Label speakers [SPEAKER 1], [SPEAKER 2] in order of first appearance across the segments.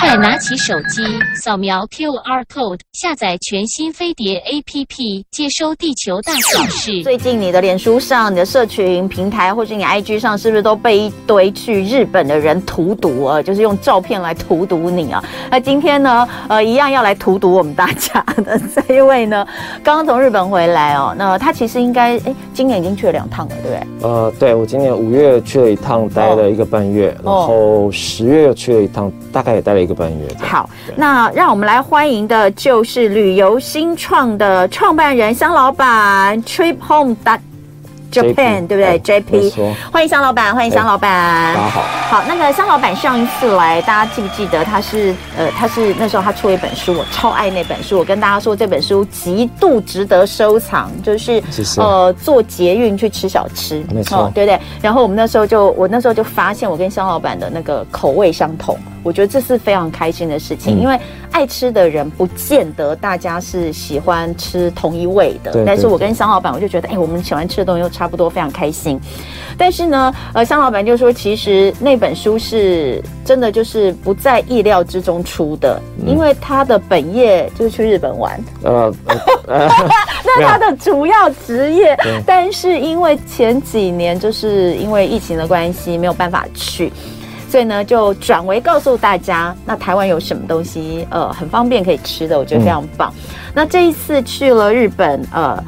[SPEAKER 1] 快拿起手机，扫描 QR code，下载全新飞碟 APP，接收地球大小事。
[SPEAKER 2] 最近你的脸书上、你的社群平台或是你 IG 上，是不是都被一堆去日本的人荼毒啊？就是用照片来荼毒你啊？那今天呢，呃，一样要来荼毒我们大家的这一位呢，刚刚从日本回来哦，那他其实应该哎，今年已经去了两趟了，对不对？
[SPEAKER 3] 呃，对我今年五月去了一趟，待了一个半月，
[SPEAKER 2] 哦
[SPEAKER 3] 然后十月又去了一趟，大概也待了一个半月。这样
[SPEAKER 2] 好，那让我们来欢迎的就是旅游新创的创办人香老板 Trip Home 大 Japan，对不对
[SPEAKER 3] 哎没
[SPEAKER 2] ？JP，
[SPEAKER 3] 错，哎
[SPEAKER 2] 欢迎香老板，欢迎香老板。
[SPEAKER 3] 大家好。
[SPEAKER 2] 好，那个香老板上一次来，大家记不记得他是呃，他是那时候他出了一本书，我超爱那本书。我跟大家说这本书极度值得收藏，就是
[SPEAKER 3] 谢谢
[SPEAKER 2] 呃坐捷运去吃小吃，
[SPEAKER 3] 没错
[SPEAKER 2] 对不对？然后我们那时候就我那时候就发现我跟香老板的那个口味相同，我觉得这是非常开心的事情，
[SPEAKER 3] 嗯
[SPEAKER 2] 因为爱吃的人不见得大家是喜欢吃同一味的，
[SPEAKER 3] 对
[SPEAKER 2] 但是
[SPEAKER 3] 对
[SPEAKER 2] 我
[SPEAKER 3] 对
[SPEAKER 2] 跟香老板我就觉得，哎，我们喜欢吃的东西都差不多，非常开心。但是呢，呃，向老板就说，其实那本书是真的就是不在意料之中出的，
[SPEAKER 3] 嗯
[SPEAKER 2] 因为他的本业就是去日本玩，
[SPEAKER 3] 呃，
[SPEAKER 2] 啊
[SPEAKER 3] 呃
[SPEAKER 2] 那
[SPEAKER 3] 没有
[SPEAKER 2] 他的主要职业
[SPEAKER 3] 对，
[SPEAKER 2] 但是因为前几年就是因为疫情的关系没有办法去。所以呢，就转为告诉大家，那台湾有什么东西，呃，很方便可以吃的，我觉得非常棒。
[SPEAKER 3] 嗯
[SPEAKER 2] 那这一次去了日本，呃，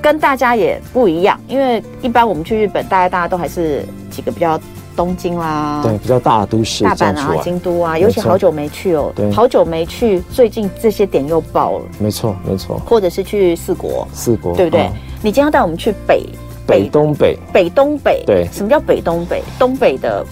[SPEAKER 2] 跟大家也不一样，因为一般我们去日本，大概大家都还是几个比较东京啦，
[SPEAKER 3] 对，比较大的都市
[SPEAKER 2] 大
[SPEAKER 3] 这样
[SPEAKER 2] 阪
[SPEAKER 3] 出
[SPEAKER 2] 啊、
[SPEAKER 3] 来，
[SPEAKER 2] 京都啊，
[SPEAKER 3] 没
[SPEAKER 2] 尤其
[SPEAKER 3] 错
[SPEAKER 2] 好久没去哦
[SPEAKER 3] 对，
[SPEAKER 2] 好久没去，最近这些点又爆了，
[SPEAKER 3] 没错，没错，
[SPEAKER 2] 或者是去四国，
[SPEAKER 3] 四国，
[SPEAKER 2] 对不对？
[SPEAKER 3] 嗯
[SPEAKER 2] 你今天要带我们去北
[SPEAKER 3] 北东北，
[SPEAKER 2] 北东北，
[SPEAKER 3] 对
[SPEAKER 2] 什么叫北东北？东北的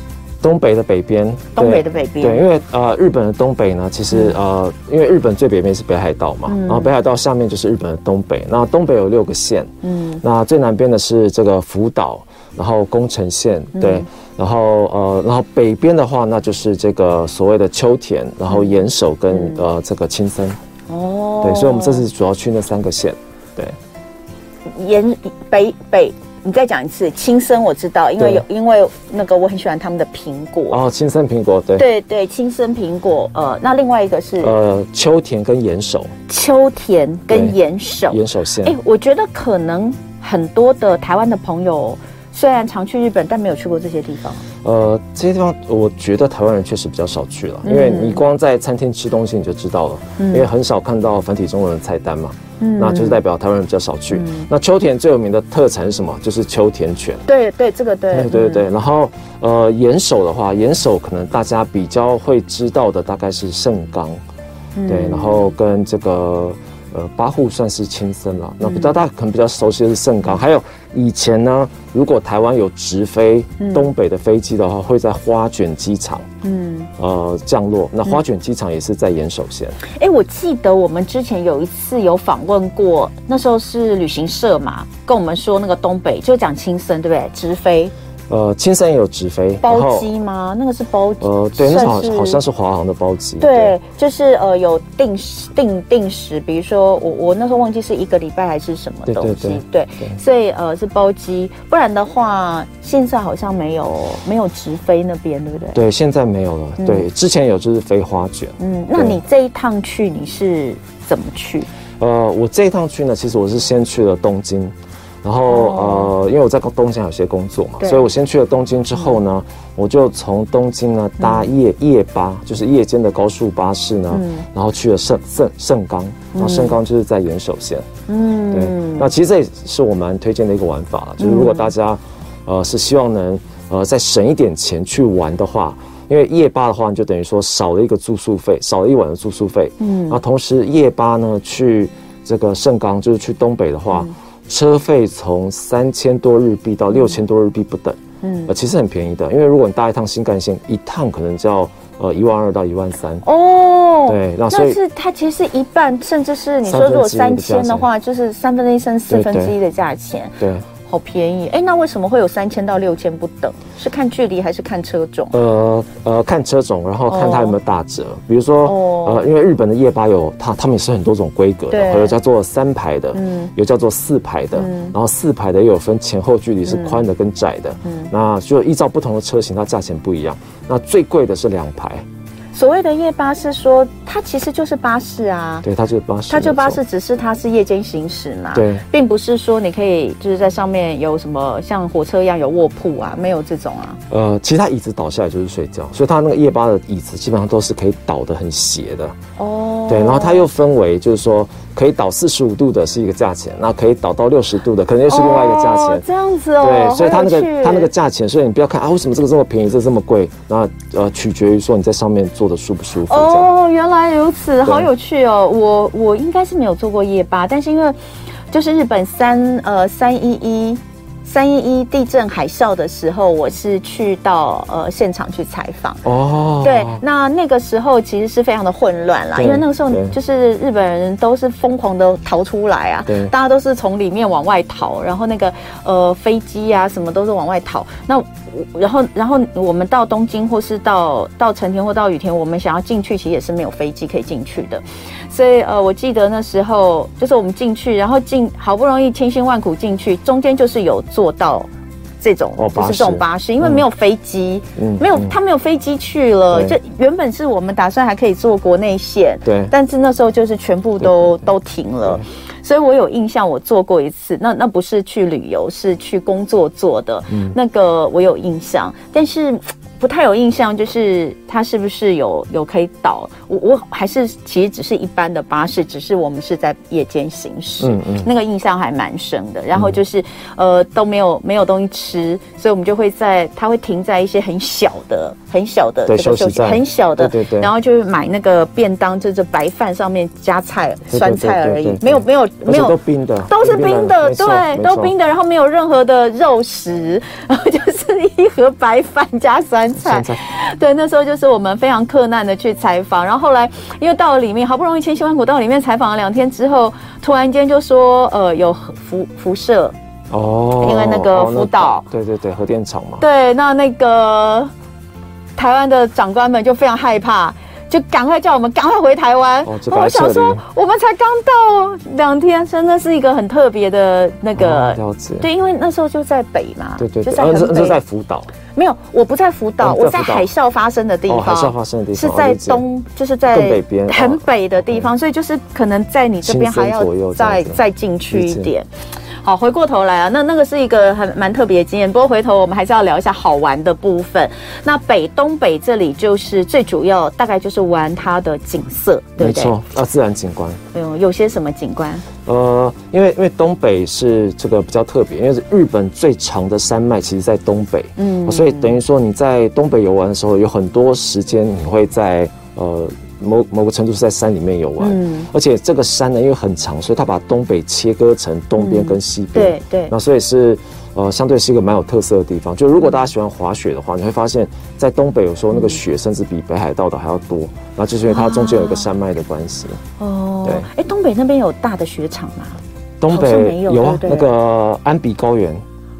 [SPEAKER 3] 东北的北边，
[SPEAKER 2] 东北
[SPEAKER 3] 对
[SPEAKER 2] 的北边，
[SPEAKER 3] 对，因为呃，日本的东北呢，其实呃，因为日本最北边是北海道嘛，
[SPEAKER 2] 嗯
[SPEAKER 3] 然后北海道下面就是日本的东北。那东北有六个县，
[SPEAKER 2] 嗯，
[SPEAKER 3] 那最南边的是这个福岛，然后宫城县，
[SPEAKER 2] 嗯
[SPEAKER 3] 对，然后呃，然后北边的话，那就是这个所谓的秋田，然后岩手跟、呃这个青森，
[SPEAKER 2] 嗯哦
[SPEAKER 3] 对，所以我们这次主要去那三个县，对，
[SPEAKER 2] 沿北北，你再讲一次，青森我知道，因为
[SPEAKER 3] 对哦
[SPEAKER 2] 有因为那个我很喜欢他们的苹果，
[SPEAKER 3] 然后青森苹果，对，
[SPEAKER 2] 对对，青森苹果，呃，那另外一个是
[SPEAKER 3] 呃，秋田跟岩手，
[SPEAKER 2] 秋田跟
[SPEAKER 3] 对
[SPEAKER 2] 岩手，
[SPEAKER 3] 岩手县，
[SPEAKER 2] 哎、我觉得可能很多的台湾的朋友虽然常去日本，但没有去过这些地方。
[SPEAKER 3] 呃，这些地方我觉得台湾人确实比较少去了，
[SPEAKER 2] 嗯
[SPEAKER 3] 因为你光在餐厅吃东西你就知道了，因为很少看到繁体中文的菜单嘛，
[SPEAKER 2] 嗯
[SPEAKER 3] 那就是代表台湾人比较少去。那秋田最有名的特产是什么？就是秋田犬。
[SPEAKER 2] 对对，这个对
[SPEAKER 3] 哎
[SPEAKER 2] 嗯
[SPEAKER 3] 对对对，然后呃，岩手的话，岩手可能大家比较会知道的大概是盛冈，
[SPEAKER 2] 嗯
[SPEAKER 3] 对，然后跟这个呃八户算是亲生了。那比
[SPEAKER 2] 嗯
[SPEAKER 3] 较大家可能比较熟悉的是盛冈，还有以前呢，如果台湾有直飞东北的飞机的话，会在花卷机场
[SPEAKER 2] 嗯，
[SPEAKER 3] 呃降落。那花卷机场也是在岩手县，
[SPEAKER 2] 哎、我记得我们之前有一次有访问过，那时候是旅行社嘛，跟我们说那个东北就讲青森，对不对？直飞
[SPEAKER 3] 呃，青森也有直飞，然
[SPEAKER 2] 包
[SPEAKER 3] 后
[SPEAKER 2] 机吗？那个是包机，
[SPEAKER 3] 呃，对，那时候好
[SPEAKER 2] 算
[SPEAKER 3] 好像是华航的包机，
[SPEAKER 2] 对，就是呃有定时定定时，比如说我我那时候忘记是一个礼拜还是什么
[SPEAKER 3] 对对
[SPEAKER 2] 东西，对
[SPEAKER 3] 对
[SPEAKER 2] 所以呃是包机，不然的话现在好像没有没有直飞那边，对不对？
[SPEAKER 3] 对，现在没有了。对，之前有就是飞花卷。
[SPEAKER 2] 嗯，那
[SPEAKER 3] 对
[SPEAKER 2] 你这一趟去你是怎么去？
[SPEAKER 3] 呃，我这一趟去呢，其实我是先去了东京，然后、
[SPEAKER 2] 哦
[SPEAKER 3] 呃，因为我在东京还有些工作嘛，
[SPEAKER 2] 对
[SPEAKER 3] 所以我先去了东京之后呢，我就从东京呢搭夜、夜巴，就是夜间的高速巴士呢，
[SPEAKER 2] 嗯
[SPEAKER 3] 然后去了盛盛盛冈，然后盛冈就是在岩手县。对，
[SPEAKER 2] 嗯，
[SPEAKER 3] 那其实这也是我蛮推荐的一个玩法了，就是如果大家、呃是希望能呃再省一点钱去玩的话。因为夜巴的话，你就等于说少了一个住宿费，少了一晚的住宿费。嗯，然后同时夜巴呢，去这个盛冈，就是去东北的话，车费从三千多日币到六千多日币不等。嗯，呃，其实很便宜的，因为如果你搭一趟新干线，一趟可能就要呃一万二到一万三。
[SPEAKER 2] 哦，
[SPEAKER 3] 对那所
[SPEAKER 2] 那
[SPEAKER 3] 以
[SPEAKER 2] 是它其实是一半，甚至是你说
[SPEAKER 3] 三分之一
[SPEAKER 2] 如果
[SPEAKER 3] 的
[SPEAKER 2] 三
[SPEAKER 3] 价
[SPEAKER 2] 千
[SPEAKER 3] 钱
[SPEAKER 2] 的话，就是三分之一甚至四
[SPEAKER 3] 对
[SPEAKER 2] 分
[SPEAKER 3] 对
[SPEAKER 2] 之一的价钱，
[SPEAKER 3] 对，
[SPEAKER 2] 好便宜。哎，那为什么会有三千到六千不等？是看距离还是看车种？
[SPEAKER 3] 呃呃，看车种，然后看它有没有打折。比如说，
[SPEAKER 2] 哦
[SPEAKER 3] 呃，因为日本的夜巴有它，他们也是很多种规格
[SPEAKER 2] 对
[SPEAKER 3] 的，有叫做三排的，
[SPEAKER 2] 嗯
[SPEAKER 3] 有叫做四排的，然后四排的也有分前后距离是宽的跟
[SPEAKER 2] 嗯
[SPEAKER 3] 窄的，那就依照不同的车型，它价钱不一样。那最贵的是两排，
[SPEAKER 2] 所谓的夜巴士说，它其实就是巴士啊，
[SPEAKER 3] 对，它就是巴士，
[SPEAKER 2] 它就巴
[SPEAKER 3] 没错
[SPEAKER 2] 士，只是它是夜间行驶嘛，
[SPEAKER 3] 对，
[SPEAKER 2] 并不是说你可以就是在上面有什么像火车一样有卧铺啊，没有这种啊，
[SPEAKER 3] 呃，其实它椅子倒下来就是睡觉，所以它那个夜巴的椅子基本上都是可以倒得很斜的，
[SPEAKER 2] 哦，
[SPEAKER 3] 对，然后它又分为就是说可以倒四十五度的是一个价钱，那可以倒到六十度的可能又是另外一个价钱。
[SPEAKER 2] 哦这样子哦，
[SPEAKER 3] 对，所以它那
[SPEAKER 2] 好有趣
[SPEAKER 3] 个它那个价钱，所以你不要看啊，为什么这个这么便宜，这个这么贵？那呃，取决于说你在上面坐的舒不舒服这样。
[SPEAKER 2] 哦，原来如此，好有趣哦！我我应该是没有做过夜巴，但是因为就是日本三呃三一一三一一地震海啸的时候，我是去到呃现场去采访。
[SPEAKER 3] 哦，
[SPEAKER 2] 对，那那个时候其实是非常的混乱啦，
[SPEAKER 3] 对
[SPEAKER 2] 因为那个时候
[SPEAKER 3] 对
[SPEAKER 2] 就是日本人都是疯狂的逃出来啊
[SPEAKER 3] 对，
[SPEAKER 2] 大家都是从里面往外逃，然后那个呃飞机啊什么都是往外逃。那我然后然后呃我们到东京或是到到成田或到羽田，我们想要进去其实也是没有飞机可以进去的，所以呃我记得那时候就是我们进去，然后进好不容易千辛万苦进去，中间就是有坐到。这种、
[SPEAKER 3] 哦
[SPEAKER 2] 就
[SPEAKER 3] 巴
[SPEAKER 2] 是
[SPEAKER 3] 士
[SPEAKER 2] 这种巴士，因为没有飞机，
[SPEAKER 3] 嗯
[SPEAKER 2] 没有
[SPEAKER 3] 嗯
[SPEAKER 2] 他没有飞机去了，
[SPEAKER 3] 对
[SPEAKER 2] 就原本是我们打算还可以坐国内线，
[SPEAKER 3] 对
[SPEAKER 2] 但是那时候就是全部都都停了，所以我有印象，我坐过一次，那那不是去旅游，是去工作做的，
[SPEAKER 3] 嗯
[SPEAKER 2] 那个我有印象，但是。嘖不太有印象，就是它是不是有有可以倒？我我还是其实只是一般的巴士，只是我们是在夜间行驶，
[SPEAKER 3] 嗯嗯
[SPEAKER 2] 那个印象还蛮深的。然后就是、呃都没有没有东西吃，所以我们就会在它会停在一些很小的很小的
[SPEAKER 3] 对
[SPEAKER 2] 这个
[SPEAKER 3] 休息站
[SPEAKER 2] 很小的，
[SPEAKER 3] 对对对
[SPEAKER 2] 然后就是买那个便当，就是白饭上面加菜
[SPEAKER 3] 对对
[SPEAKER 2] 酸菜而
[SPEAKER 3] 对对
[SPEAKER 2] 已
[SPEAKER 3] 对，对
[SPEAKER 2] 没有没有
[SPEAKER 3] 而
[SPEAKER 2] 没
[SPEAKER 3] 且都
[SPEAKER 2] 有。
[SPEAKER 3] 冰的，
[SPEAKER 2] 都是冰的，
[SPEAKER 3] 没错
[SPEAKER 2] 对，都冰。的，然后没有任何的肉食，然后就是一盒白饭加酸菜
[SPEAKER 3] 现，在
[SPEAKER 2] 对，那时候就是我们非常克难的去采访，然后后来因为到了里面，好不容易千辛万苦到里面采访了两天之后，突然间就说，呃，有辐辐射，
[SPEAKER 3] 哦，
[SPEAKER 2] 因为那个
[SPEAKER 3] 哦
[SPEAKER 2] 福岛
[SPEAKER 3] 对对对，核电厂嘛，
[SPEAKER 2] 对，那那个台湾的长官们就非常害怕，就赶快叫我们赶快回台湾。
[SPEAKER 3] 哦这
[SPEAKER 2] 我
[SPEAKER 3] 白
[SPEAKER 2] 想
[SPEAKER 3] 色
[SPEAKER 2] 说
[SPEAKER 3] 的，
[SPEAKER 2] 我们才刚到两天，真的是一个很特别的那个。
[SPEAKER 3] 哦了解。
[SPEAKER 2] 对，因为那时候就在北嘛，
[SPEAKER 3] 对对
[SPEAKER 2] 就
[SPEAKER 3] 对，
[SPEAKER 2] 在
[SPEAKER 3] 呃这
[SPEAKER 2] 很
[SPEAKER 3] 这
[SPEAKER 2] 北。
[SPEAKER 3] 在福岛，
[SPEAKER 2] 没有，我不在福岛，
[SPEAKER 3] 哦你在
[SPEAKER 2] 我在
[SPEAKER 3] 福岛
[SPEAKER 2] 海啸发生的地方。
[SPEAKER 3] 哦，海啸发生的地
[SPEAKER 2] 是
[SPEAKER 3] 方
[SPEAKER 2] 在，东，就是在
[SPEAKER 3] 更北边
[SPEAKER 2] 很
[SPEAKER 3] 哦
[SPEAKER 2] 北的地方，所以就是可能在你这边还
[SPEAKER 3] 新增左
[SPEAKER 2] 要
[SPEAKER 3] 右
[SPEAKER 2] 再
[SPEAKER 3] 这样子
[SPEAKER 2] 再进去一
[SPEAKER 3] 理解
[SPEAKER 2] 点。好，回过头来啊，那那个是一个很蛮特别的经验。不过回头我们还是要聊一下好玩的部分。那北东北这里就是最主要，大概就是玩它的景色，对
[SPEAKER 3] 没
[SPEAKER 2] 不对？
[SPEAKER 3] 错，啊，自然景观。
[SPEAKER 2] 嗯，有些什么景观？
[SPEAKER 3] 呃，因为因为东北是这个比较特别，因为是日本最长的山脉其实在东北，
[SPEAKER 2] 嗯
[SPEAKER 3] 所以等于说你在东北游玩的时候，有很多时间你会在呃某某个程度是在山里面游玩，
[SPEAKER 2] 嗯
[SPEAKER 3] 而且这个山呢因为很长，所以它把东北切割成东边跟西边，
[SPEAKER 2] 嗯对对
[SPEAKER 3] 那所以是呃，相对是一个蛮有特色的地方。就
[SPEAKER 2] 嗯
[SPEAKER 3] 如果大家喜欢滑雪的话，你会发现在东北有时候那个雪甚至比北海道的还要多，那就是因为它中间有一个山脉的关系。
[SPEAKER 2] 哦
[SPEAKER 3] 对，
[SPEAKER 2] 哎，东北那边有大的雪场吗？
[SPEAKER 3] 东
[SPEAKER 2] 好像没
[SPEAKER 3] 北
[SPEAKER 2] 有
[SPEAKER 3] 啊，
[SPEAKER 2] 对
[SPEAKER 3] 那
[SPEAKER 2] 不对
[SPEAKER 3] 个安比高原，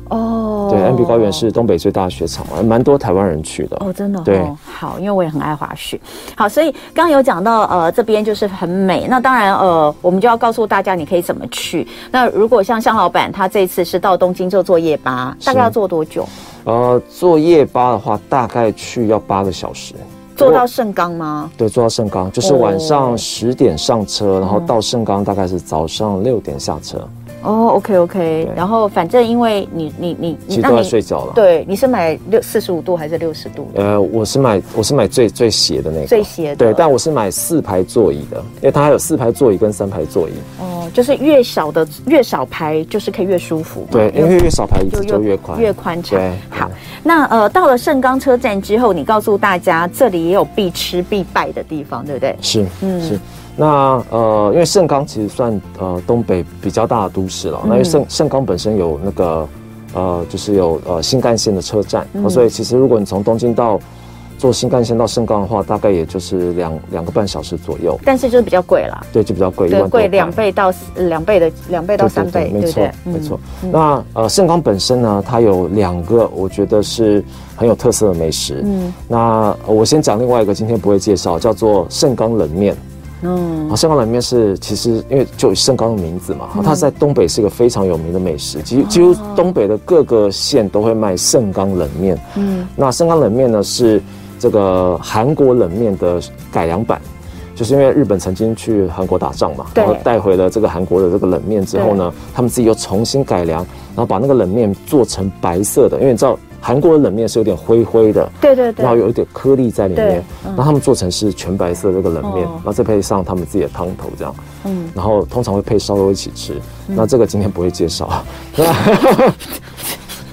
[SPEAKER 2] 哦，
[SPEAKER 3] 对，安比高原是东北最大的雪场嘛，蛮多台湾人去的。
[SPEAKER 2] 哦，真的、哦、
[SPEAKER 3] 对
[SPEAKER 2] 好，因为我也很爱滑雪。好，所以刚刚有讲到，呃，这边就是很美。那当然，呃，我们就要告诉大家你可以怎么去。那如果像向老板他这次是到东京就做夜巴，大概要做多久？
[SPEAKER 3] 呃，坐夜巴的话，大概去要八个小时。
[SPEAKER 2] 做到盛冈吗？
[SPEAKER 3] 对，坐到盛冈就是
[SPEAKER 2] 哦
[SPEAKER 3] 晚上十点上车，然后到盛冈大概是早上六点下车，
[SPEAKER 2] 哦，OK OK
[SPEAKER 3] 对。
[SPEAKER 2] 然后反正因为你你你你，
[SPEAKER 3] 其实都在
[SPEAKER 2] 你
[SPEAKER 3] 睡觉啊了。
[SPEAKER 2] 对你是买六四十五度还是六十度的？
[SPEAKER 3] 呃，我是买我是买最最斜的那个，
[SPEAKER 2] 最斜的
[SPEAKER 3] 对，但我是买四排座椅的，因为它还有四排座椅跟三排座椅。
[SPEAKER 2] 哦，就是越小的越少排，就是可以越舒服嘛。
[SPEAKER 3] 对，因为越少排椅
[SPEAKER 2] 就
[SPEAKER 3] 子就越宽。
[SPEAKER 2] 越宽敞
[SPEAKER 3] 对。
[SPEAKER 2] 好
[SPEAKER 3] 对，
[SPEAKER 2] 那呃，到了盛冈车站之后，你告诉大家这里也有必吃必拜的地方，对不对？
[SPEAKER 3] 是，
[SPEAKER 2] 嗯
[SPEAKER 3] 是。那呃，因为盛冈其实算呃东北比较大的都市了，那
[SPEAKER 2] 嗯
[SPEAKER 3] 因为盛盛冈本身有那个呃，就是有呃新干线的车站、
[SPEAKER 2] 嗯
[SPEAKER 3] 呃所以其实如果你从东京到坐新干线到盛冈的话，大概也就是两两个半小时左右，
[SPEAKER 2] 但是就是比较贵啦，
[SPEAKER 3] 对，就比较贵，一
[SPEAKER 2] 对
[SPEAKER 3] 万，多
[SPEAKER 2] 贵
[SPEAKER 3] 块
[SPEAKER 2] 两倍到四两倍的两倍到三倍，对
[SPEAKER 3] 对对
[SPEAKER 2] 不
[SPEAKER 3] 对
[SPEAKER 2] 对？嗯
[SPEAKER 3] 没错，没错。那呃，盛冈本身呢，它有两个我觉得是很有特色的美食。嗯，那呃我先讲另外一个，今天不会介绍，叫做盛冈冷面。
[SPEAKER 2] 嗯，
[SPEAKER 3] 啊，盛冈冷面是其实因为就有盛冈的名字嘛，它在东北是一个非常有名的美食，几
[SPEAKER 2] 哦
[SPEAKER 3] 几乎东北的各个县都会卖盛冈冷面。嗯，那盛冈冷面呢是。这个韩国冷面的改良版，就是因为日本曾经去韩国打仗嘛，
[SPEAKER 2] 对
[SPEAKER 3] 然后带回了这个韩国的这个冷面之后呢，他们自己又重新改良，然后把那个冷面做成白色的，因为你知道韩国的冷面是有点灰灰的，
[SPEAKER 2] 对对对
[SPEAKER 3] 然后有一点颗粒在里
[SPEAKER 2] 对嗯
[SPEAKER 3] 面，然后他们做成是全白色的这个冷面，
[SPEAKER 2] 哦
[SPEAKER 3] 然后再配上他们自己的汤头这样，
[SPEAKER 2] 嗯
[SPEAKER 3] 然后通常会配烧肉一起吃。那这个今天不会介绍，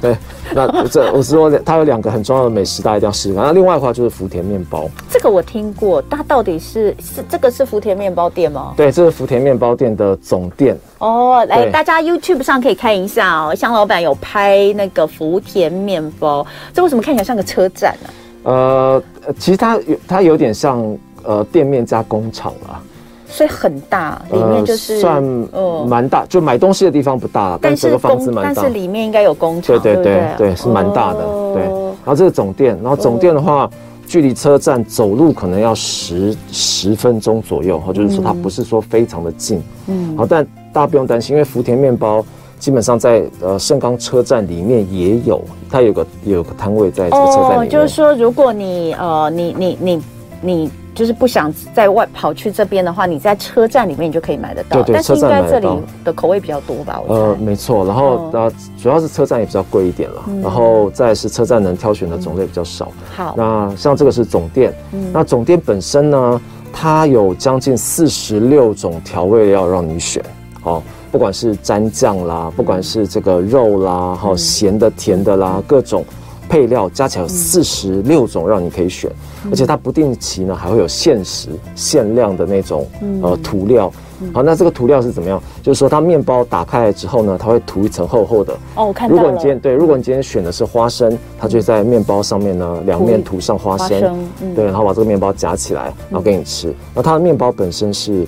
[SPEAKER 3] 对，那这我是说它有两个很重要的美食，大家一定要试试看。那另外的话就是福田面包，
[SPEAKER 2] 这个我听过，它到底是是这个是福田面包店吗？
[SPEAKER 3] 对，这是福田面包店的总店，
[SPEAKER 2] 哦，来，
[SPEAKER 3] 对
[SPEAKER 2] 大家 YouTube 上可以看一下哦，香老板有拍那个福田面包，这为什么看起来像个车站啊呢、
[SPEAKER 3] 呃，呃其实它有它有点像呃店面加工厂啦，
[SPEAKER 2] 所以很大，里面就是、嗯哦
[SPEAKER 3] 呃、算蛮大，就买东西的地方不大，但
[SPEAKER 2] 但
[SPEAKER 3] 整
[SPEAKER 2] 是
[SPEAKER 3] 个房子
[SPEAKER 2] 工，
[SPEAKER 3] 蛮
[SPEAKER 2] 但
[SPEAKER 3] 大
[SPEAKER 2] 是。里面应该有工
[SPEAKER 3] 对
[SPEAKER 2] 厂，
[SPEAKER 3] 对
[SPEAKER 2] 不哦
[SPEAKER 3] 对对，是蛮大的。对，然后这是总店，然后总店的话，距离车站走路可能要十十分钟左右，哈，就是说它不是说非常的近，嗯，好，但大家不用担心，因为福田面包。基本上在呃盛冈车站里面也有，它有个有个摊位在这个车站里面。
[SPEAKER 2] 哦就是说，如果你呃，你你你你就是不想在外跑去这边的话，你在车站里面你就可以买得到。
[SPEAKER 3] 对对
[SPEAKER 2] 但是应
[SPEAKER 3] 车站
[SPEAKER 2] 该
[SPEAKER 3] 买
[SPEAKER 2] 这
[SPEAKER 3] 得
[SPEAKER 2] 里
[SPEAKER 3] 到
[SPEAKER 2] 的口味比较多吧？我猜。
[SPEAKER 3] 呃，没错，然后
[SPEAKER 2] 哦
[SPEAKER 3] 呃，主要是车站也比较贵一点了，然后再来是车站能挑选的种类比较少。
[SPEAKER 2] 好，
[SPEAKER 3] 那像这个是总店，那总店本身呢，它有将近四十六种调味料让你选，哦，不管是蘸酱啦，不管是这个肉啦，哈、咸的、甜的啦，各种配料加起来有四十六种让你可以选，而且它不定期呢还会有限时、限量的那种呃涂料。好，那这个涂料是怎么样？就是说，它面包打开来之后呢，它会涂一层厚厚的，
[SPEAKER 2] 哦，我看
[SPEAKER 3] 如
[SPEAKER 2] 到
[SPEAKER 3] 果你
[SPEAKER 2] 了
[SPEAKER 3] 今。天对，如果你今天选的是花生，它就在面包上面呢，两面涂上花
[SPEAKER 2] 花
[SPEAKER 3] 生，
[SPEAKER 2] 生嗯
[SPEAKER 3] 对，然后把这个面包夹起来，然后给你吃。那它的面包本身是，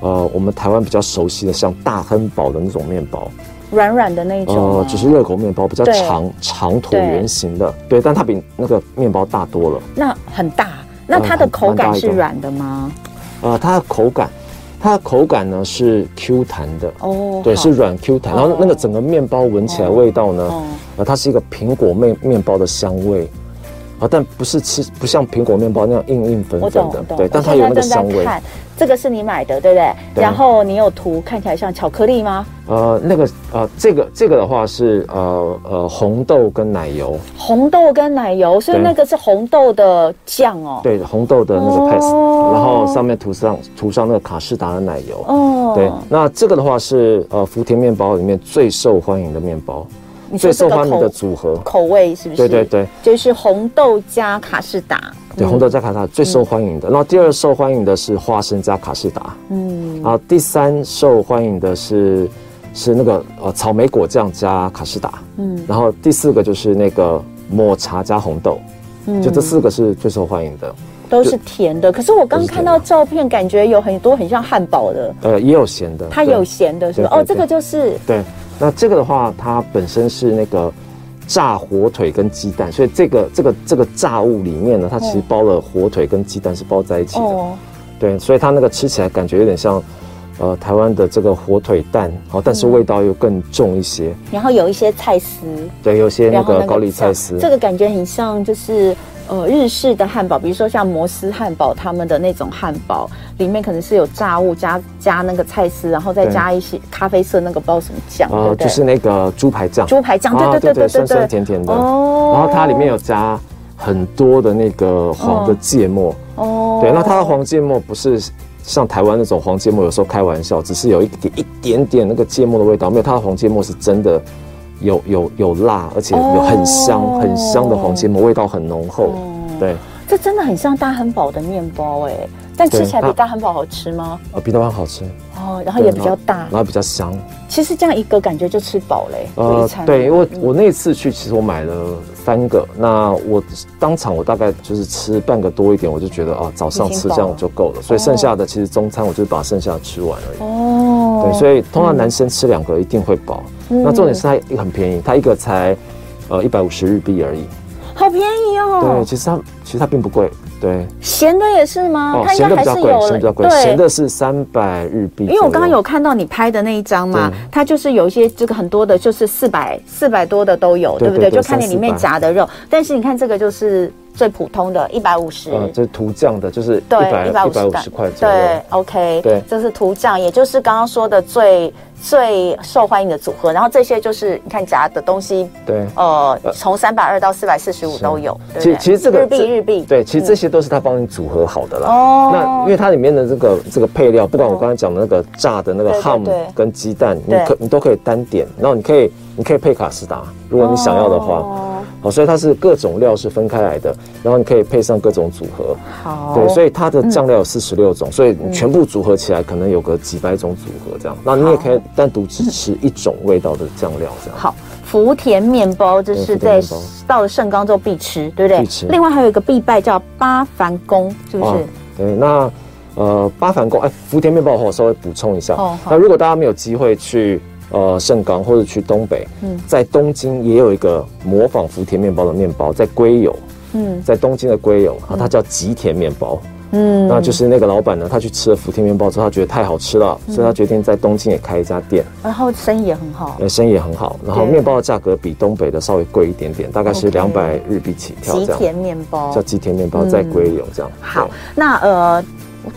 [SPEAKER 3] 呃，我们台湾比较熟悉的像大亨堡的那种面包，
[SPEAKER 2] 软软的那种、
[SPEAKER 3] 呃
[SPEAKER 2] 啊，，
[SPEAKER 3] 就是热狗面包，比较
[SPEAKER 2] 对
[SPEAKER 3] 长长椭
[SPEAKER 2] 对
[SPEAKER 3] 圆形的，对，但它比那个面包大多了。
[SPEAKER 2] 那很大。
[SPEAKER 3] 嗯
[SPEAKER 2] 那它的口感是软的吗？
[SPEAKER 3] 呃，它的口感，它的口感呢是 Q 弹的，
[SPEAKER 2] 哦，
[SPEAKER 3] 对，
[SPEAKER 2] 好
[SPEAKER 3] 是软 Q 弹，然后那个整个面包闻起来味道呢，
[SPEAKER 2] 哦
[SPEAKER 3] 呃，它是一个苹果面面包的香味，啊，但不是吃不像苹果面包那样硬硬粉
[SPEAKER 2] 我
[SPEAKER 3] 粉
[SPEAKER 2] 懂
[SPEAKER 3] 的
[SPEAKER 2] 我，懂。
[SPEAKER 3] 对，
[SPEAKER 2] 我
[SPEAKER 3] 但它
[SPEAKER 2] 现
[SPEAKER 3] 有
[SPEAKER 2] 在
[SPEAKER 3] 那个
[SPEAKER 2] 正在
[SPEAKER 3] 香味，
[SPEAKER 2] 看这个是你买的，对不对？
[SPEAKER 3] 对
[SPEAKER 2] 然后你有涂，看起来像巧克力吗？
[SPEAKER 3] 呃，那个呃，这个这个的话是呃呃红豆跟奶油，
[SPEAKER 2] 红豆跟奶油，所以
[SPEAKER 3] 对
[SPEAKER 2] 那个是红豆的酱哦。
[SPEAKER 3] 对，红豆的那个 paste，、
[SPEAKER 2] 哦
[SPEAKER 3] 然后上面涂上涂上那个卡士达的奶油，
[SPEAKER 2] 哦，
[SPEAKER 3] 对，那这个的话是呃福田面包里面最受欢迎的面包，
[SPEAKER 2] 你说
[SPEAKER 3] 最
[SPEAKER 2] 这
[SPEAKER 3] 受
[SPEAKER 2] 个
[SPEAKER 3] 欢迎的
[SPEAKER 2] 口
[SPEAKER 3] 组合，
[SPEAKER 2] 口味是不是？
[SPEAKER 3] 对对对。
[SPEAKER 2] 就是红豆加卡士达。
[SPEAKER 3] 对，红豆加卡士达最受欢迎的，然后第二受欢迎的是花生加卡士达，
[SPEAKER 2] 嗯，
[SPEAKER 3] 啊，第三受欢迎的是是那个呃草莓果酱加卡士达，
[SPEAKER 2] 嗯
[SPEAKER 3] 嗯，然后第四个就是那个抹茶加红豆，
[SPEAKER 2] 嗯
[SPEAKER 3] 就这四个是最受欢迎的，
[SPEAKER 2] 都是甜的。可是我刚
[SPEAKER 3] 都是
[SPEAKER 2] 看
[SPEAKER 3] 甜的
[SPEAKER 2] 到照片，感觉有很多很像汉堡的，
[SPEAKER 3] 呃，也有咸的，
[SPEAKER 2] 它
[SPEAKER 3] 对
[SPEAKER 2] 有咸的，是吧？
[SPEAKER 3] 对对
[SPEAKER 2] 哦，这个就是
[SPEAKER 3] 对，那这个的话，它本身是那个炸火腿跟鸡蛋，所以这个这个这个炸物里面呢，它其实包了火腿跟鸡蛋是包在一起的，
[SPEAKER 2] 哦，
[SPEAKER 3] 对，所以它那个吃起来感觉有点像。呃，台湾的这个火腿蛋，好，但
[SPEAKER 2] 嗯
[SPEAKER 3] 是味道又更重一些。
[SPEAKER 2] 然后有一些菜丝。
[SPEAKER 3] 对，有些那
[SPEAKER 2] 然后
[SPEAKER 3] 个
[SPEAKER 2] 那
[SPEAKER 3] 高丽
[SPEAKER 2] 个
[SPEAKER 3] 菜丝，
[SPEAKER 2] 这个感觉很像就是呃日式的汉堡，比如说像摩斯汉堡他们的那种汉堡，里面可能是有炸物加加那个菜丝，然后再
[SPEAKER 3] 对
[SPEAKER 2] 加一些咖啡色那个不知道什么酱，对
[SPEAKER 3] 啊，
[SPEAKER 2] 不对？
[SPEAKER 3] 就是那个猪排酱，
[SPEAKER 2] 猪排酱，
[SPEAKER 3] 啊
[SPEAKER 2] 对对对对
[SPEAKER 3] 酸
[SPEAKER 2] 对
[SPEAKER 3] 酸
[SPEAKER 2] 对。
[SPEAKER 3] 甜甜的。
[SPEAKER 2] 哦
[SPEAKER 3] 然后它里面有加很多的那个黄的芥末，
[SPEAKER 2] 哦
[SPEAKER 3] 对，那它的黄芥末不是像台湾那种黄芥末，有时候开玩笑，只是有一点一点点那个芥末的味道，没有它的黄芥末是真的。有有有辣，而且有很香、
[SPEAKER 2] 哦
[SPEAKER 3] 很香的黄芥末，味道很浓厚。
[SPEAKER 2] 哦
[SPEAKER 3] 对，
[SPEAKER 2] 这真的很像大汉堡的面包哎，但吃
[SPEAKER 3] 对
[SPEAKER 2] 起来比
[SPEAKER 3] 它
[SPEAKER 2] 大汉堡好吃吗？
[SPEAKER 3] 呃，比台湾好吃，
[SPEAKER 2] 哦，然后也比较大
[SPEAKER 3] 然，后比较香。
[SPEAKER 2] 其实这样一个感觉就吃饱嘞，就一餐。
[SPEAKER 3] 呃对，因
[SPEAKER 2] 嗯
[SPEAKER 3] 为我那次去，其实我买了三个，那我当场我大概就是吃半个多一点，我就觉得啊，早上
[SPEAKER 2] 已经
[SPEAKER 3] 吃
[SPEAKER 2] 饱
[SPEAKER 3] 这样
[SPEAKER 2] 了
[SPEAKER 3] 就够了，所以剩下的其实中餐我就是把剩下的吃完而已。
[SPEAKER 2] 哦，嗯
[SPEAKER 3] 对，所以通常男生吃两个一定会饱。那重点是它也很便宜，它一个才呃一百五十日币而已。
[SPEAKER 2] 好便宜哦。
[SPEAKER 3] 对，其实它其实它并不贵。对，哦
[SPEAKER 2] 咸的也是吗？哦它应
[SPEAKER 3] 咸
[SPEAKER 2] 该还
[SPEAKER 3] 的比较
[SPEAKER 2] 是
[SPEAKER 3] 贵，
[SPEAKER 2] 有
[SPEAKER 3] 咸的比较贵，
[SPEAKER 2] 对
[SPEAKER 3] 咸的是三百日币左右。
[SPEAKER 2] 因为我刚刚有看到你拍的那一张嘛，它就是有一些这个很多的，就是四百四百多的都有，对
[SPEAKER 3] 对
[SPEAKER 2] 不对？
[SPEAKER 3] 对对
[SPEAKER 2] 就看你里面
[SPEAKER 3] 300
[SPEAKER 2] 夹的肉，但是你看这个就是最普通的一百五十，
[SPEAKER 3] 呃，这涂酱的就是一百
[SPEAKER 2] 对，
[SPEAKER 3] 一百五十块左右。
[SPEAKER 2] 对，OK，
[SPEAKER 3] 对
[SPEAKER 2] 这是图酱，也就是刚刚说的最最受欢迎的组合。然后这些就是你看夹的东西，
[SPEAKER 3] 对
[SPEAKER 2] 呃，从三百二到四百四十五
[SPEAKER 3] 是
[SPEAKER 2] 都有。对不
[SPEAKER 3] 其
[SPEAKER 2] 对
[SPEAKER 3] 实其实这个
[SPEAKER 2] 日币
[SPEAKER 3] 这
[SPEAKER 2] 日币，嗯
[SPEAKER 3] 对，其实这些都是他帮你组合好的啦。
[SPEAKER 2] 哦嗯
[SPEAKER 3] 那因为它里面的这个这个配料，不管我刚才讲的那个炸的那个
[SPEAKER 2] 对对
[SPEAKER 3] ham
[SPEAKER 2] 对
[SPEAKER 3] 跟鸡蛋，你
[SPEAKER 2] 对
[SPEAKER 3] 可你都可以单点，然后你可以你可以配卡斯达，如果你想要的话。
[SPEAKER 2] 哦
[SPEAKER 3] 好，所以它是各种料是分开来的，然后你可以配上各种组合。
[SPEAKER 2] 好，嗯
[SPEAKER 3] 对，所以它的酱料有四十六种，所以你全部组合起来可能有个几百种组合这样。那你也可以单独只吃一种味道的酱料这样。
[SPEAKER 2] 好，福田面包这是在
[SPEAKER 3] 对福田面
[SPEAKER 2] 到了盛冈之后必吃，对不对？
[SPEAKER 3] 必吃
[SPEAKER 2] 另外还有一个必拜叫八幡宫，是不
[SPEAKER 3] 啊，
[SPEAKER 2] 是？
[SPEAKER 3] 对，那呃八反宫，哎，福田面包我稍微补充一下。
[SPEAKER 2] 哦好
[SPEAKER 3] 那如果大家没有机会去呃盛冈或者去东北，
[SPEAKER 2] 嗯
[SPEAKER 3] 在东京也有一个模仿福田面包的面包，在龟友，
[SPEAKER 2] 嗯
[SPEAKER 3] 在东京的龟友，啊，它叫吉田面包。
[SPEAKER 2] 嗯，
[SPEAKER 3] 那就是那个老板呢，他去吃了福田面包之后，他觉得太好吃
[SPEAKER 2] 嗯
[SPEAKER 3] 了，所以他决定在东京也开一家店，
[SPEAKER 2] 然后生意也很好，
[SPEAKER 3] 呃，生意也很好。然后
[SPEAKER 2] 对
[SPEAKER 3] 面包的价格比东北的稍微贵一点点，大概是
[SPEAKER 2] OK
[SPEAKER 3] 两百日币起跳
[SPEAKER 2] 吉
[SPEAKER 3] 这
[SPEAKER 2] 田
[SPEAKER 3] 样。
[SPEAKER 2] 面包
[SPEAKER 3] 叫。吉田面包，在龟友这样。
[SPEAKER 2] 好
[SPEAKER 3] 对，
[SPEAKER 2] 那呃。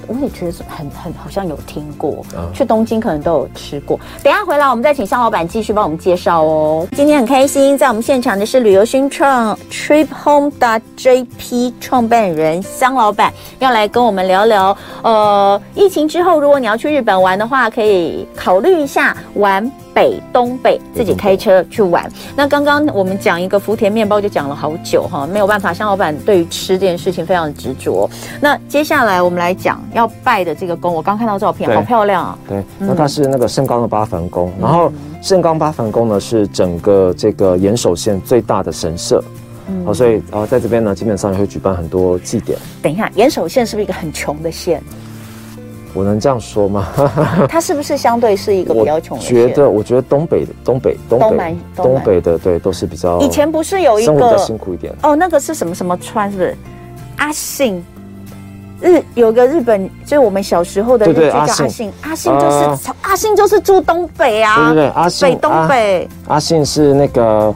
[SPEAKER 2] 我我也觉得是很很好像有听过，
[SPEAKER 3] 啊
[SPEAKER 2] 去东京可能都有吃过。等一下回来我们再请向老板继续帮我们介绍哦。今天很开心，在我们现场的是旅游新创 Trip Home JP 创办人向老板，要来跟我们聊聊。呃，疫情之后，如果你要去日本玩的话，可以考虑一下玩北东北，自己开车去玩。那刚刚我们讲一个福田面包，就讲了好久哈，没有办法，向老板对于吃这件事情非常执着。那接下来我们来讲要拜的这个宫，我刚看到照片，
[SPEAKER 3] 对
[SPEAKER 2] 好漂亮啊！
[SPEAKER 3] 对，那它是那个盛冈的八幡宫，
[SPEAKER 2] 嗯
[SPEAKER 3] 然后盛冈八幡宫呢是整个这个岩手县最大的神社，
[SPEAKER 2] 嗯
[SPEAKER 3] 好、所以呃在这边呢基本上也会举办很多祭典。
[SPEAKER 2] 等一下，岩手县是不是一个很穷的县？
[SPEAKER 3] 我能这样说吗？
[SPEAKER 2] 它是不是相对是一个比较穷的县？
[SPEAKER 3] 觉得我觉得东北的东北东
[SPEAKER 2] 东
[SPEAKER 3] 北
[SPEAKER 2] 南东南
[SPEAKER 3] 北的对都是比较
[SPEAKER 2] 以前不是有一
[SPEAKER 3] 生活比较辛
[SPEAKER 2] 个
[SPEAKER 3] 苦一点。
[SPEAKER 2] 哦，那个是什么什么川是不是？阿信。日有个日本，就是我们小时候的日
[SPEAKER 3] 对
[SPEAKER 2] 剧
[SPEAKER 3] 对
[SPEAKER 2] 叫阿
[SPEAKER 3] 阿信
[SPEAKER 2] 信，阿信就是、
[SPEAKER 3] 啊
[SPEAKER 2] 阿信就是住东北啊，
[SPEAKER 3] 对对对，阿信啊
[SPEAKER 2] 北东北，
[SPEAKER 3] 阿阿信是那个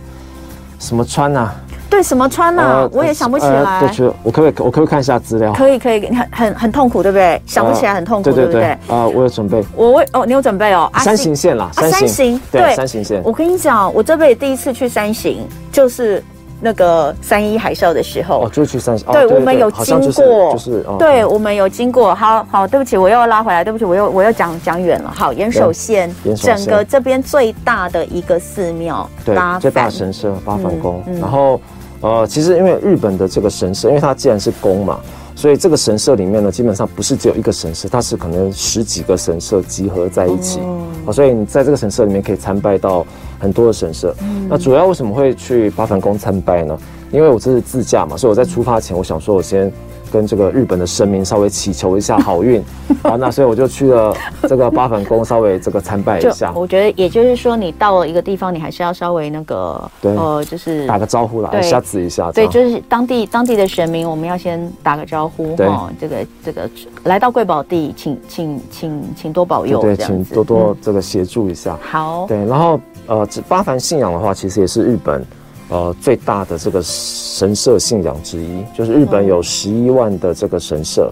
[SPEAKER 3] 什么川啊？
[SPEAKER 2] 对什么川啊，
[SPEAKER 3] 呃
[SPEAKER 2] 我也想不起
[SPEAKER 3] 呃
[SPEAKER 2] 来。
[SPEAKER 3] 对，就我可不可以我可不可以看一下资料？
[SPEAKER 2] 可以可以，很很很痛苦，对不对？想不起来很痛苦，
[SPEAKER 3] 呃
[SPEAKER 2] 对
[SPEAKER 3] 对
[SPEAKER 2] 不
[SPEAKER 3] 对对
[SPEAKER 2] 对
[SPEAKER 3] 啊？、我有准备。
[SPEAKER 2] 我为哦，你有准备哦，阿信
[SPEAKER 3] 山形县啦，
[SPEAKER 2] 啊山形对
[SPEAKER 3] 对山形县。
[SPEAKER 2] 我跟你讲，我这辈子第一次去山形，就是那个三一海啸的时候。
[SPEAKER 3] 哦，就是去三峡。哦
[SPEAKER 2] 对，我们有
[SPEAKER 3] 好
[SPEAKER 2] 经
[SPEAKER 3] 像
[SPEAKER 2] 过，
[SPEAKER 3] 就是就是哦
[SPEAKER 2] 对，我们有经过。好好，对不起，我又要拉回来，对不起，我又我又讲讲远了。好，岩手县
[SPEAKER 3] 岩手县
[SPEAKER 2] 整个这边最大的一个寺庙，
[SPEAKER 3] 对
[SPEAKER 2] 八，
[SPEAKER 3] 最大
[SPEAKER 2] 幡
[SPEAKER 3] 神社八幡宫
[SPEAKER 2] 嗯嗯，
[SPEAKER 3] 然后呃，其实因为日本的这个神社，因为它既然是宫嘛。所以这个神社里面呢，基本上不是只有一个神社，它是可能十几个神社集合在一起。
[SPEAKER 2] 哦
[SPEAKER 3] 好，所以你在这个神社里面可以参拜到很多的神社。
[SPEAKER 2] 嗯
[SPEAKER 3] 那主要为什么会去八幡宫参拜呢？因为我这是自驾嘛，所以我在出发前，我想说我先跟这个日本的神明稍微祈求一下 好运。好，那所以我就去了这个八幡宫，稍微这个参拜一
[SPEAKER 2] 就
[SPEAKER 3] 下，
[SPEAKER 2] 我觉得，也就是说，你到了一个地方，你还是要稍微那个，呃
[SPEAKER 3] 对，
[SPEAKER 2] 就是
[SPEAKER 3] 打个招呼啦，
[SPEAKER 2] 对
[SPEAKER 3] 吓自一下。这
[SPEAKER 2] 对，
[SPEAKER 3] 样
[SPEAKER 2] 就是当地当地的神明，我们要先打个招呼
[SPEAKER 3] 对
[SPEAKER 2] 哦。这个这个，来到贵宝地，请请请请多保佑，
[SPEAKER 3] 对，
[SPEAKER 2] 这样
[SPEAKER 3] 请
[SPEAKER 2] 子
[SPEAKER 3] 多
[SPEAKER 2] 嗯
[SPEAKER 3] 多这个协助一下。
[SPEAKER 2] 好。
[SPEAKER 3] 对，然后呃，这八幡信仰的话，其实也是日本呃最大的这个神社信仰之一，就是日本有
[SPEAKER 2] 嗯
[SPEAKER 3] 十一万的这个神社，